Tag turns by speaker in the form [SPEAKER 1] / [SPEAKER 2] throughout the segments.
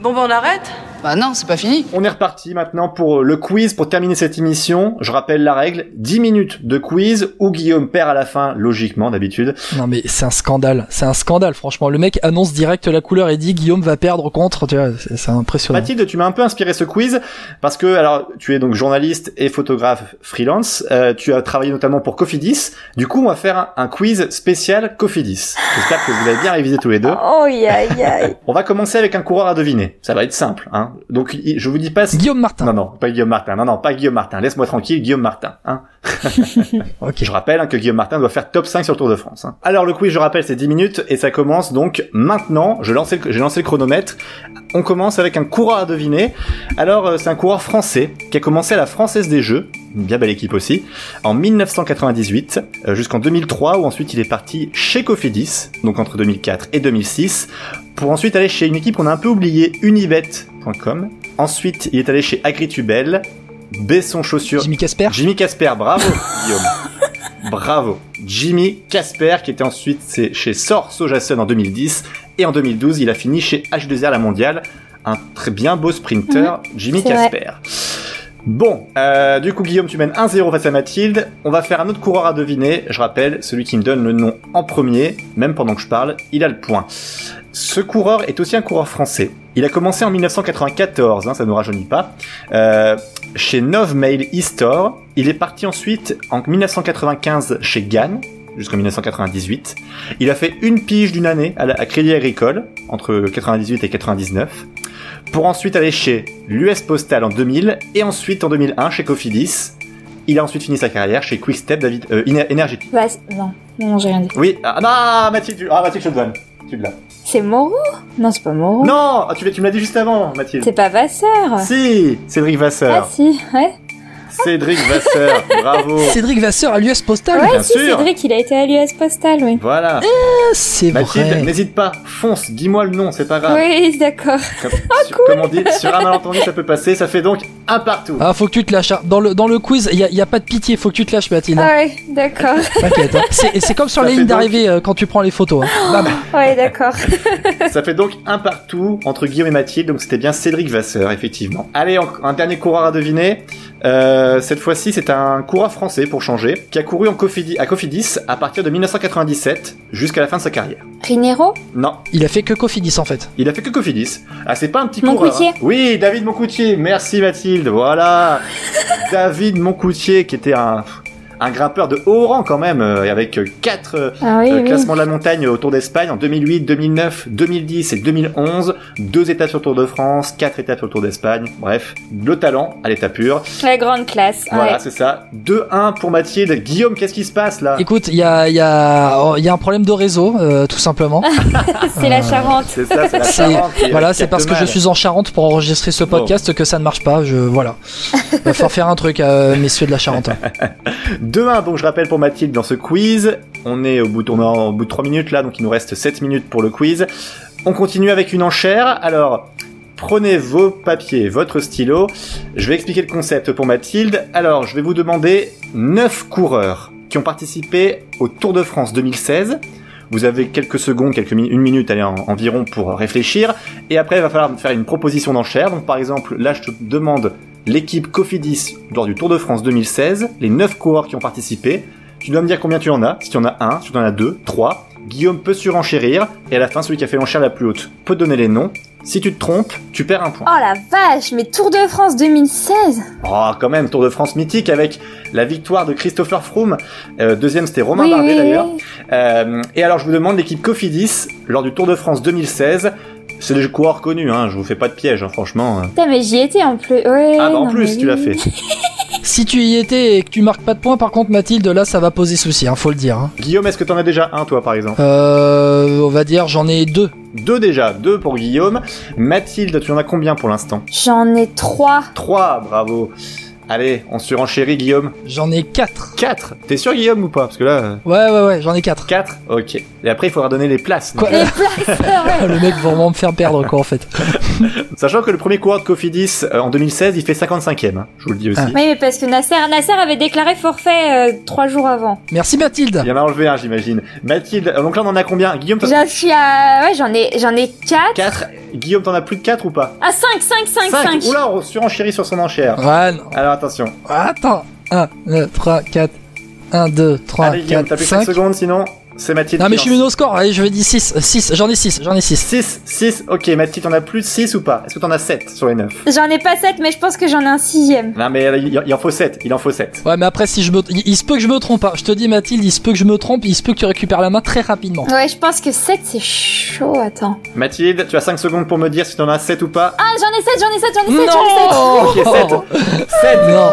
[SPEAKER 1] Bon ben on arrête
[SPEAKER 2] Bah non, c'est pas fini.
[SPEAKER 3] On est reparti maintenant pour euh, le quiz pour terminer cette émission. Je rappelle la règle 10 minutes de quiz où Guillaume perd à la fin, logiquement d'habitude.
[SPEAKER 4] Non mais c'est un scandale, c'est un scandale franchement. Le mec annonce direct la couleur et dit Guillaume va perdre contre, tu vois, c'est c'est impressionnant.
[SPEAKER 3] Mathilde, tu m'as un peu inspiré ce quiz parce que alors tu es donc journaliste et photographe freelance. Euh, tu as travaillé notamment pour Cofidis. Du coup, on va faire un, un quiz spécial Cofidis. J'espère que vous avez bien révisé tous les deux.
[SPEAKER 5] Oh, aïe, aïe.
[SPEAKER 3] On va commencer avec un coureur à deviner. Ça va être simple. Hein. Donc il- je vous dis pas. si-
[SPEAKER 4] Guillaume Martin.
[SPEAKER 3] Non non, pas Guillaume Martin. Non non, pas Guillaume Martin. Laisse-moi tranquille, Guillaume Martin. Hein.
[SPEAKER 4] Ok.
[SPEAKER 3] Je rappelle hein, que Guillaume Martin doit faire top 5 sur le Tour de France. hein. Alors le quiz, je rappelle, c'est 10 minutes et ça commence donc maintenant. Je lançais le- J'ai lancé le chronomètre. On commence avec un coureur à deviner. Alors euh, c'est un coureur français qui a commencé à la Française des Jeux, une bien belle équipe aussi, en 1998 euh, jusqu'en 2003 où ensuite il est parti chez Cofidis, donc entre 2004 et 2006, pour ensuite aller chez une équipe qu'on a un peu oubliée, unibet.com. Ensuite il est allé chez Agritubel, Besson Chaussures
[SPEAKER 4] Jimmy Casper.
[SPEAKER 3] Jimmy Casper, bravo Guillaume. Bravo. Jimmy Casper qui était ensuite c'est- chez Sorso Jason en 2010 et en 2012 il a fini chez H2R La Mondiale. Un très bien beau sprinter, Jimmy
[SPEAKER 5] Mhm. c'est vrai.
[SPEAKER 3] Casper. Bon, euh, du coup Guillaume tu mènes 1-0 face à Mathilde. On va faire un autre coureur à deviner. Je rappelle, celui qui me donne le nom en premier, même pendant que je parle, il a le point. Ce coureur est aussi un coureur français. Il a commencé en 1994, hein, ça ne nous rajeunit pas. Euh, chez Nov Mail E-Store. Il est parti ensuite en 1995 chez Gann jusqu'en 1998. Il a fait une pige d'une année à, la- à Crédit Agricole entre 98 et 99 pour ensuite aller chez l'US Postal en 2000 et ensuite en 2001 chez Cofidis. Il a ensuite fini sa carrière chez Quickstep David euh, Ener- Energetic.
[SPEAKER 5] Bah, c'est- non, non, j'ai rien dit.
[SPEAKER 3] Oui, ah non, Mathilde, tu, ah, Mathilde Chaudvan, tu l'as.
[SPEAKER 5] C'est Moreau Non, c'est pas Moreau.
[SPEAKER 3] Non, ah, tu, l'as- tu me l'as dit juste avant, Mathilde.
[SPEAKER 5] Oh. C'est pas Ah, Vasseur.
[SPEAKER 3] Si, Cédric
[SPEAKER 5] Ah,
[SPEAKER 3] Vasseur.
[SPEAKER 5] si, ouais.
[SPEAKER 3] Cédric Vasseur, bravo.
[SPEAKER 4] Cédric Vasseur à l'US Postal.
[SPEAKER 5] Ouais,
[SPEAKER 3] bien
[SPEAKER 5] si,
[SPEAKER 3] sûr.
[SPEAKER 5] Cédric, il a été à l'US Postal, oui.
[SPEAKER 3] Voilà.
[SPEAKER 4] Ah, c'est
[SPEAKER 3] Mathilde,
[SPEAKER 4] vrai.
[SPEAKER 3] n'hésite pas, fonce, dis-moi le nom, c'est pas grave.
[SPEAKER 5] Oui, Ah, d'accord.
[SPEAKER 3] Comme, sur- comme on dit, sur un malentendu, ça peut passer, ça fait donc un partout.
[SPEAKER 4] Ah, faut que tu te lâches. hein. Dans le, dans le quiz, il y a, y a pas de pitié, faut que tu te lâches, Mathilde. hein.
[SPEAKER 5] Ah ouais, d'accord.
[SPEAKER 4] T'inquiète. hein. C'est et c'est comme sur
[SPEAKER 3] Ça
[SPEAKER 4] les
[SPEAKER 3] fait
[SPEAKER 4] lignes
[SPEAKER 3] donc-
[SPEAKER 4] d'arrivée euh, quand tu prends les photos. hein. Bam.
[SPEAKER 5] Ouais, d'accord.
[SPEAKER 3] Ça fait donc un partout entre Guillaume et Mathilde, donc c'était bien Cédric Vasseur, effectivement. Allez, en- un dernier coureur à deviner. Euh, cette fois-ci, c'est un coureur français, pour changer, qui a couru en Cofidi- à Cofidis à partir de 1997 jusqu'à la fin de sa carrière.
[SPEAKER 5] Rinero
[SPEAKER 3] Non,
[SPEAKER 4] Il a fait que Cofidis en fait.
[SPEAKER 3] il a fait que Cofidis. Ah, c'est pas un petit coureur.
[SPEAKER 5] Moncoutier.
[SPEAKER 3] hein. Oui, David Moncoutier. Merci Mathilde. Voilà. David Moncoutier, qui était un, un grimpeur de haut rang quand même, euh, avec euh, quatre euh,
[SPEAKER 5] Ah oui,
[SPEAKER 4] Eh
[SPEAKER 3] Euh,
[SPEAKER 5] oui.
[SPEAKER 3] classement de la montagne au Tour d'Espagne en 2008, 2009, 2010 et 2011. Deux étapes sur le Tour de France, quatre étapes sur le Tour d'Espagne. Bref, le talent à l'état pur.
[SPEAKER 5] La grande classe. ouais.
[SPEAKER 3] Voilà, c'est ça. 2-1 pour Mathilde. Guillaume, qu'est-ce qui se passe là
[SPEAKER 4] Écoute, il y a, il y, a, oh, il y a un problème de réseau, euh, tout simplement.
[SPEAKER 5] C'est
[SPEAKER 3] Ah.
[SPEAKER 5] la Charente.
[SPEAKER 3] C'est ça, c'est la
[SPEAKER 4] C'est-
[SPEAKER 3] Charente qui-
[SPEAKER 4] voilà,
[SPEAKER 3] qui
[SPEAKER 4] c'est
[SPEAKER 3] capte
[SPEAKER 4] parce que je
[SPEAKER 3] mal.
[SPEAKER 4] suis en Charente pour enregistrer ce podcast que ça ne marche pas. Je voilà. Va falloir faire un truc, euh, messieurs de la Charente.
[SPEAKER 3] 2-1, donc je rappelle pour Mathilde dans ce quiz. On est au bout, on est en- au bout de 3 minutes là, donc il nous reste 7 minutes pour le quiz. On continue avec une enchère. Alors, prenez vos papiers, votre stylo. Je vais expliquer le concept pour Mathilde. Alors, je vais vous demander 9 coureurs qui ont participé au Tour de France 2016. Vous avez quelques secondes, quelques mi- une minute allez, en- environ pour réfléchir. Et après, il va falloir me faire une proposition d'enchère. Donc, par exemple, là, je te demande l'équipe Cofidis lors du Tour de France 2016, les 9 coureurs qui ont participé. Tu dois me dire combien tu en as, si tu en as un, si tu en as deux, trois. Guillaume peut surenchérir, et à la fin, celui qui a fait l'enchère la plus haute peut donner les noms. Si tu te trompes, tu perds un point.
[SPEAKER 5] Oh la vache, mais Tour de France 2016
[SPEAKER 3] Oh, quand même, Tour de France mythique avec la victoire de Christopher Froome. Euh, deuxième, c'était Romain Bardet d'ailleurs. Euh, et alors, je vous demande l'équipe Cofidis lors du Tour de France 2016. C'est des coureurs connus, hein, je vous fais pas de piège, hein, franchement.
[SPEAKER 5] Putain, mais j'y étais en plus. Ouais,
[SPEAKER 3] Ah, bah en
[SPEAKER 5] Eh, non, mais
[SPEAKER 3] plus, tu l'as
[SPEAKER 5] oui.
[SPEAKER 3] fait.
[SPEAKER 4] si tu y étais et que tu marques pas de points, par contre, Mathilde, là, ça va poser souci. Hein, faut le dire. hein.
[SPEAKER 3] Guillaume, est-ce que t'en as déjà un, toi, par exemple
[SPEAKER 4] Euh, on va dire, j'en ai deux.
[SPEAKER 3] Deux déjà, deux pour Guillaume. Mathilde, tu en as combien pour l'instant
[SPEAKER 5] J'en ai trois.
[SPEAKER 3] Trois, bravo. Allez, on surenchérit Guillaume.
[SPEAKER 4] J'en ai quatre.
[SPEAKER 3] Quatre T'es sûr Guillaume ou pas Parce que là... euh,
[SPEAKER 4] Ouais, ouais, ouais, j'en ai quatre.
[SPEAKER 3] Quatre Ok. Et après, il faudra donner les places.
[SPEAKER 4] Quoi
[SPEAKER 5] Les places, ouais.
[SPEAKER 4] Le mec va vraiment me faire perdre, quoi, en fait.
[SPEAKER 3] Sachant que le premier coureur de Cofidis euh, en 2016, il fait 55ème. hein, je vous le dis aussi.
[SPEAKER 4] Ah.
[SPEAKER 5] Oui, mais parce que Nasser, Nasser avait déclaré forfait euh, trois jours avant.
[SPEAKER 4] Merci, Mathilde.
[SPEAKER 3] Il y en a enlevé un, j'imagine. Mathilde, euh, donc là, on en a combien Guillaume, t'en-
[SPEAKER 5] J'en suis à. Ouais, j'en ai, j'en ai quatre.
[SPEAKER 3] quatre. Guillaume, t'en as plus de 4 ou pas
[SPEAKER 5] Ah, 5, 5, 5, 5.
[SPEAKER 3] Cinq. Oula, on surenchérit sur son enchère.
[SPEAKER 4] Ouais, non.
[SPEAKER 3] Alors attention.
[SPEAKER 4] Attends. 1, 2, 3, 4. 1, 2, 3,
[SPEAKER 3] Allez, Guillaume, t'as
[SPEAKER 4] 4,
[SPEAKER 3] plus 5
[SPEAKER 4] 5.
[SPEAKER 3] secondes, sinon c'est Mathilde.
[SPEAKER 4] Non, mais je suis venu au score. Allez, je vais dire 6. 6. J'en ai 6. J'en ai 6.
[SPEAKER 3] 6, 6, ok, Mathilde, t'en as plus de 6 ou pas Est-ce que t'en as 7 sur les 9
[SPEAKER 5] J'en ai pas 7, mais je pense que j'en ai un sixième.
[SPEAKER 3] Non, mais euh, il il en faut 7, il en faut 7.
[SPEAKER 4] Ouais, mais après, si je me. Il, il se peut que je me trompe. hein. Je te dis, Mathilde, il se peut que je me trompe. Il se peut que tu récupères la main très rapidement.
[SPEAKER 5] Ouais, je pense que 7, c'est chaud, attends.
[SPEAKER 3] Mathilde, tu as 5 secondes pour me dire si t'en as 7 ou pas.
[SPEAKER 5] Ah, j'en ai 7, j'en ai 7, j'en ai 7, j'en ai 7.
[SPEAKER 4] Non
[SPEAKER 3] Ok, 7 7
[SPEAKER 4] Oh. Non.
[SPEAKER 3] Guillaume,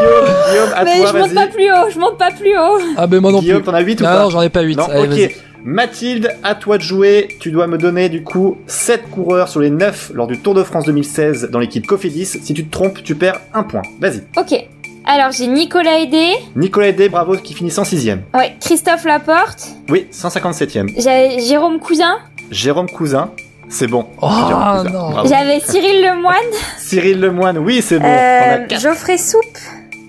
[SPEAKER 3] Guillaume, à
[SPEAKER 5] Mais
[SPEAKER 3] toi,
[SPEAKER 5] je monte
[SPEAKER 3] vas-y.
[SPEAKER 5] pas plus haut, je monte pas plus haut.
[SPEAKER 4] Ah, mais moi non plus.
[SPEAKER 3] Guillaume, t'en as 8 ou
[SPEAKER 4] Non,
[SPEAKER 3] pas
[SPEAKER 4] non, j'en ai pas 8.
[SPEAKER 3] Non,
[SPEAKER 4] Allez, vas-y.
[SPEAKER 3] ok. Mathilde, à toi de jouer. Tu dois me donner du coup 7 coureurs sur les 9 lors du Tour de France 2016 dans l'équipe Cofidis. Si tu te trompes, tu perds un point. Vas-y.
[SPEAKER 5] Ok. Alors, j'ai Nicolas Aidé,
[SPEAKER 3] Nicolas Aidé, bravo, qui finit 106ème.
[SPEAKER 5] ouais, Christophe Laporte,
[SPEAKER 3] Oui, 157ème.
[SPEAKER 5] j'avais Jérôme Cousin,
[SPEAKER 3] Jérôme Cousin, c'est bon.
[SPEAKER 4] Oh,
[SPEAKER 3] Jérôme Cousin,
[SPEAKER 4] non.
[SPEAKER 3] bravo.
[SPEAKER 5] j'avais Cyril Lemoine,
[SPEAKER 3] Cyril Lemoine, oui, c'est bon. On a
[SPEAKER 5] euh,
[SPEAKER 3] quatre.
[SPEAKER 5] Geoffrey Soupe,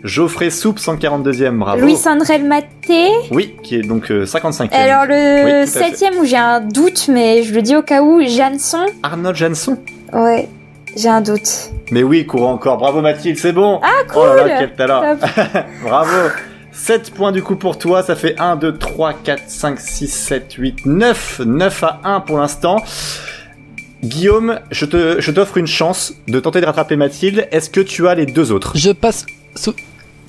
[SPEAKER 3] Geoffrey Soupe, 142ème, bravo.
[SPEAKER 5] Louis-André Maté.
[SPEAKER 3] Oui, qui est donc euh, 55ème.
[SPEAKER 5] Alors, le
[SPEAKER 3] Oui, tout à fait.
[SPEAKER 5] septième où j'ai un doute, mais je le dis au cas où, Jeanneson.
[SPEAKER 3] Arnold Jansson.
[SPEAKER 5] Ouais, j'ai un doute.
[SPEAKER 3] Mais oui, courant encore. Bravo Mathilde, c'est bon.
[SPEAKER 5] Ah, cool!
[SPEAKER 3] Oh là là, quel talent.
[SPEAKER 5] Top.
[SPEAKER 3] Bravo. 7 points du coup pour toi, ça fait 1, 2, 3, 4, 5, 6, 7, 8, 9. 9 à 1 pour l'instant. Guillaume, je te, je t'offre une chance de tenter de rattraper Mathilde. Est-ce que tu as les deux autres
[SPEAKER 4] Je passe sous.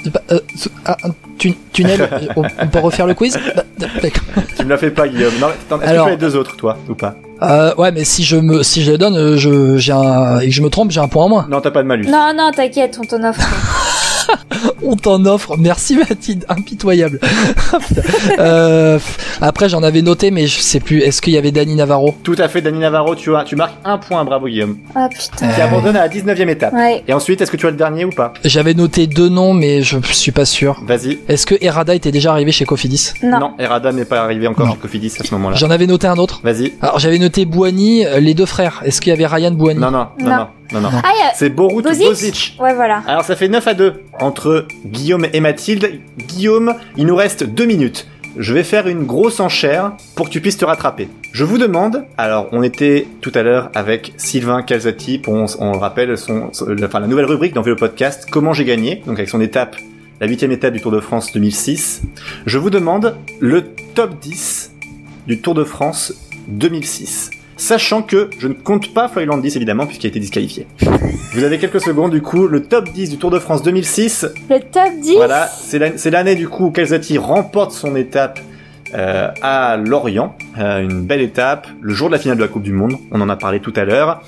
[SPEAKER 4] je pa- euh, sous- ah, un tu- tunnel, on, on peut refaire le quiz Bah, d'accord.
[SPEAKER 3] Tu me la fais pas, Guillaume. Non, mais attends, est-ce que
[SPEAKER 4] Alors-
[SPEAKER 3] tu as les deux autres, toi, ou pas
[SPEAKER 4] Euh, ouais, mais si je me, si je les donne, euh, je, j'ai un, et que je me trompe, j'ai un point en moins.
[SPEAKER 3] Non, t'as pas de malus.
[SPEAKER 5] Non, non, t'inquiète, on t'en offre.
[SPEAKER 4] On t'en offre. Merci Mathilde, impitoyable. Euh, après, j'en avais noté, mais je sais plus. Est-ce qu'il y avait Dani Navarro
[SPEAKER 3] Tout à fait, Dani Navarro, tu, as, tu marques un point, bravo Guillaume.
[SPEAKER 5] Ah putain.
[SPEAKER 3] Qui
[SPEAKER 4] Euh,
[SPEAKER 3] abandonne à la 19ème étape.
[SPEAKER 5] Ouais.
[SPEAKER 3] Et ensuite, est-ce que tu as le dernier ou pas
[SPEAKER 4] J'avais noté deux noms, mais je suis pas sûr.
[SPEAKER 3] Vas-y.
[SPEAKER 4] Est-ce que Errada était déjà arrivé chez Cofidis
[SPEAKER 5] Non.
[SPEAKER 3] Errada n'est pas arrivé encore
[SPEAKER 4] Non.
[SPEAKER 3] chez Cofidis à ce moment-là.
[SPEAKER 4] J'en avais noté un autre.
[SPEAKER 3] Vas-y.
[SPEAKER 4] Alors j'avais noté Bouani, euh, les deux frères. Est-ce qu'il y avait Ryan Bouani
[SPEAKER 3] Non, non, non,
[SPEAKER 5] Non.
[SPEAKER 3] non, non, non.
[SPEAKER 5] Ah, il y a-
[SPEAKER 3] C'est Borut
[SPEAKER 5] Bozic
[SPEAKER 3] Bozic.
[SPEAKER 5] Ouais, voilà.
[SPEAKER 3] Alors ça fait 9 à 2 entre Guillaume et Mathilde. Guillaume, il nous reste 2 minutes. Je vais faire une grosse enchère pour que tu puisses te rattraper. Je vous demande, alors on était tout à l'heure avec Sylvain Calzati, pour- on, on le rappelle, son, son- la, enfin, la nouvelle rubrique dans Vélo Podcast, Comment j'ai gagné, donc avec son étape, la huitième étape du Tour de France 2006. Je vous demande le top 10 du Tour de France 2006. Sachant que je ne compte pas Floyd 10 évidemment puisqu'il a été disqualifié. Vous avez quelques secondes du coup, le top 10 du Tour de France 2006.
[SPEAKER 5] Le top 10.
[SPEAKER 3] Voilà, c'est l'an- c'est l'année du coup où Calzati remporte son étape euh, à Lorient. Euh, une belle étape, le jour de la finale de la Coupe du Monde, on en a parlé tout à l'heure.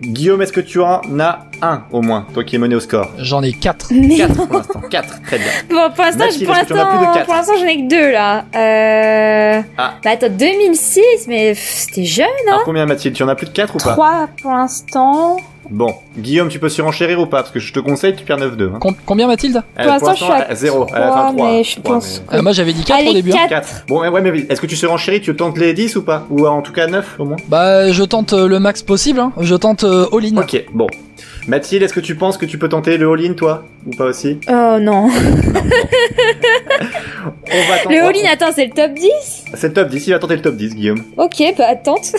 [SPEAKER 3] Guillaume, est-ce que tu en as un au moins, toi qui es mené au score
[SPEAKER 4] J'en ai quatre.
[SPEAKER 5] Mais
[SPEAKER 3] 4 pour l'instant, 4, très bien.
[SPEAKER 5] bon, pour l'instant,
[SPEAKER 3] Mathilde,
[SPEAKER 5] je- pour
[SPEAKER 3] est-ce que tu en as plus de
[SPEAKER 5] l'instant,
[SPEAKER 3] quatre
[SPEAKER 5] pour l'instant, j'en ai que deux là. Euh.
[SPEAKER 3] Ah.
[SPEAKER 5] Bah attends, 2006, mais pff, c'était jeune.
[SPEAKER 3] Alors combien Mathilde, tu en as plus de 4 ou pas
[SPEAKER 5] 3 pour l'instant.
[SPEAKER 3] Bon, Guillaume, tu peux surenchérir ou pas Parce que je te conseille, tu perds 9-2. hein.
[SPEAKER 4] Com- combien Mathilde
[SPEAKER 3] Euh,
[SPEAKER 5] Pour l'instant, je suis à
[SPEAKER 3] 0.
[SPEAKER 5] trois, mais je pense
[SPEAKER 4] Euh, Moi j'avais dit quatre au
[SPEAKER 5] Allez,
[SPEAKER 4] début. hein.
[SPEAKER 5] 4.
[SPEAKER 3] 4. Bon, ouais, mais est-ce que tu surenchéris Tu tentes les 10 ou pas Ou euh, en tout cas 9 au moins
[SPEAKER 4] Bah je tente euh, le max possible. hein. Je tente euh, all-in.
[SPEAKER 3] Ok, bon. Mathilde, est-ce que tu penses que tu peux tenter le all-in toi Ou pas aussi
[SPEAKER 5] Oh non.
[SPEAKER 3] On va tenter.
[SPEAKER 5] Le all-in, attends, c'est le top 10
[SPEAKER 3] C'est le top 10, il va tenter le top 10, Guillaume.
[SPEAKER 5] Ok, bah attente.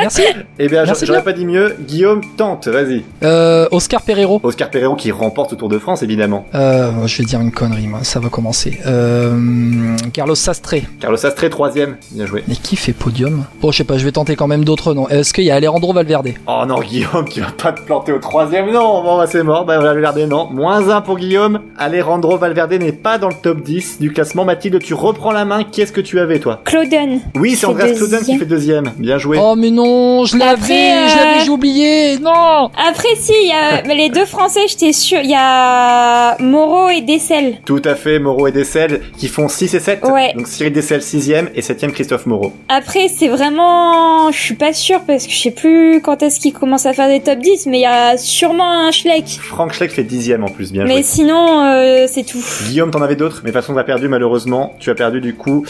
[SPEAKER 4] Merci.
[SPEAKER 3] Eh bien,
[SPEAKER 4] Merci
[SPEAKER 3] j'a- j'aurais
[SPEAKER 4] bien.
[SPEAKER 3] pas dit mieux. Guillaume, tente, vas-y.
[SPEAKER 4] Euh, Oscar Pereiro.
[SPEAKER 3] Oscar Pereiro qui remporte le Tour de France, évidemment.
[SPEAKER 4] Euh, je vais dire une connerie, moi, ça va commencer. Euh, Carlos Sastré.
[SPEAKER 3] Carlos Sastre, 3ème. Bien joué.
[SPEAKER 4] Mais qui fait podium Bon, je sais pas, je vais tenter quand même d'autres noms. Est-ce qu'il y a Alejandro Valverde
[SPEAKER 3] Oh non, Guillaume, tu vas pas te planter au troisième. Non, bon, bah, c'est mort. Bah, Valverde, non. Moins un pour Guillaume. Alejandro Valverde n'est pas dans le top 10 du classement. Mathilde, tu reprends la main. Qui est-ce que tu avais, toi
[SPEAKER 5] Clauden.
[SPEAKER 3] Oui, c'est
[SPEAKER 5] C'est
[SPEAKER 3] Andreas Clausen qui
[SPEAKER 5] deuxième.
[SPEAKER 3] fait deuxième. Bien joué.
[SPEAKER 4] Oh mais non, je l'avais,
[SPEAKER 5] Après,
[SPEAKER 4] je l'avais,
[SPEAKER 5] euh,
[SPEAKER 4] j'ai oublié. Non.
[SPEAKER 5] Après, si, il y a mais les deux Français, j'étais sûr. Il y a Moreau et Dessel.
[SPEAKER 3] Tout à fait, Moreau et Dessel qui font 6 et 7.
[SPEAKER 5] Ouais.
[SPEAKER 3] Donc Cyril Dessel 6 et 7 Christophe Moreau.
[SPEAKER 5] Après, c'est vraiment. Je suis pas sûre parce que je sais plus quand est-ce qu'ils commencent à faire des top 10, mais il y a sûrement un Schleck.
[SPEAKER 3] Franck Schleck fait 10 en plus, bien
[SPEAKER 5] Mais
[SPEAKER 3] joué.
[SPEAKER 5] sinon, euh, c'est tout.
[SPEAKER 3] Guillaume, t'en avais d'autres, mais de toute façon, t'as perdu malheureusement. Tu as perdu du coup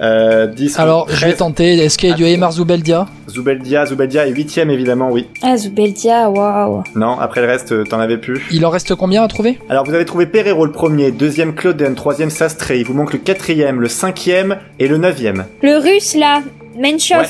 [SPEAKER 3] euh, 10.
[SPEAKER 4] Alors, je vais
[SPEAKER 3] 13.
[SPEAKER 4] tenter. Est-ce qu'il y a du Aymar Zubeldia
[SPEAKER 3] Zubeldia, Zubeldia est 8 évidemment, oui.
[SPEAKER 5] Ah, Zubeldia, waouh.
[SPEAKER 3] Non, après le reste, euh, t'en avais plus.
[SPEAKER 4] Il en reste combien à trouver
[SPEAKER 3] Alors, vous avez trouvé Pereiro le premier, deuxième Clauden, troisième Sastré. Il vous manque le quatrième, le cinquième et le neuvième.
[SPEAKER 5] Le russe, là, Menchov.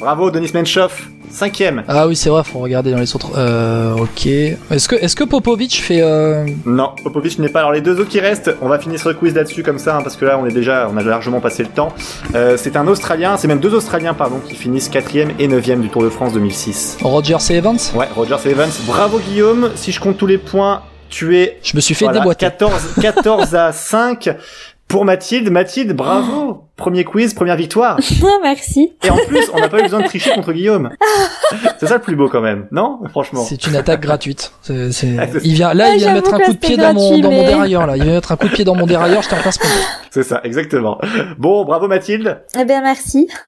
[SPEAKER 3] Bravo, Denis Menchov. Cinquième.
[SPEAKER 4] Ah oui, c'est vrai, faut regarder dans les autres. Euh, ok. Est-ce que, est-ce que Popovic fait. Euh...
[SPEAKER 3] Non, Popovic n'est pas. Alors les deux autres qui restent, on va finir ce quiz là-dessus comme ça, hein, parce que là on est déjà, on a largement passé le temps. Euh, c'est un Australien, c'est même deux Australiens pardon, qui finissent quatrième et neuvième du Tour de France 2006.
[SPEAKER 4] Rogers et Evans
[SPEAKER 3] Ouais, Roger Evans. Bravo Guillaume. Si je compte tous les points, tu es
[SPEAKER 4] Je me suis fait
[SPEAKER 3] voilà,
[SPEAKER 4] déboîter.
[SPEAKER 3] 14, 14 à 5 pour Mathilde. Mathilde, bravo. Premier quiz, première victoire.
[SPEAKER 5] Non, merci.
[SPEAKER 3] Et en plus, on n'a pas eu besoin de tricher contre Guillaume. C'est ça le plus beau quand même, non Franchement.
[SPEAKER 4] C'est une attaque gratuite. C'est- c'est-
[SPEAKER 3] Ah, c'est-
[SPEAKER 4] Il vient, là,
[SPEAKER 5] Ouais,
[SPEAKER 4] il vient
[SPEAKER 5] j'avoue
[SPEAKER 4] mettre un
[SPEAKER 5] que
[SPEAKER 4] coup de
[SPEAKER 5] c'était
[SPEAKER 4] pied dans mon,
[SPEAKER 5] gratuit,
[SPEAKER 4] dans mon
[SPEAKER 5] mais-
[SPEAKER 4] dérailleur, là. Il vient mettre un coup de pied dans mon dérailleur, je t'en passe
[SPEAKER 3] C'est ça, exactement. Bon, bravo Mathilde.
[SPEAKER 5] Eh bien, merci.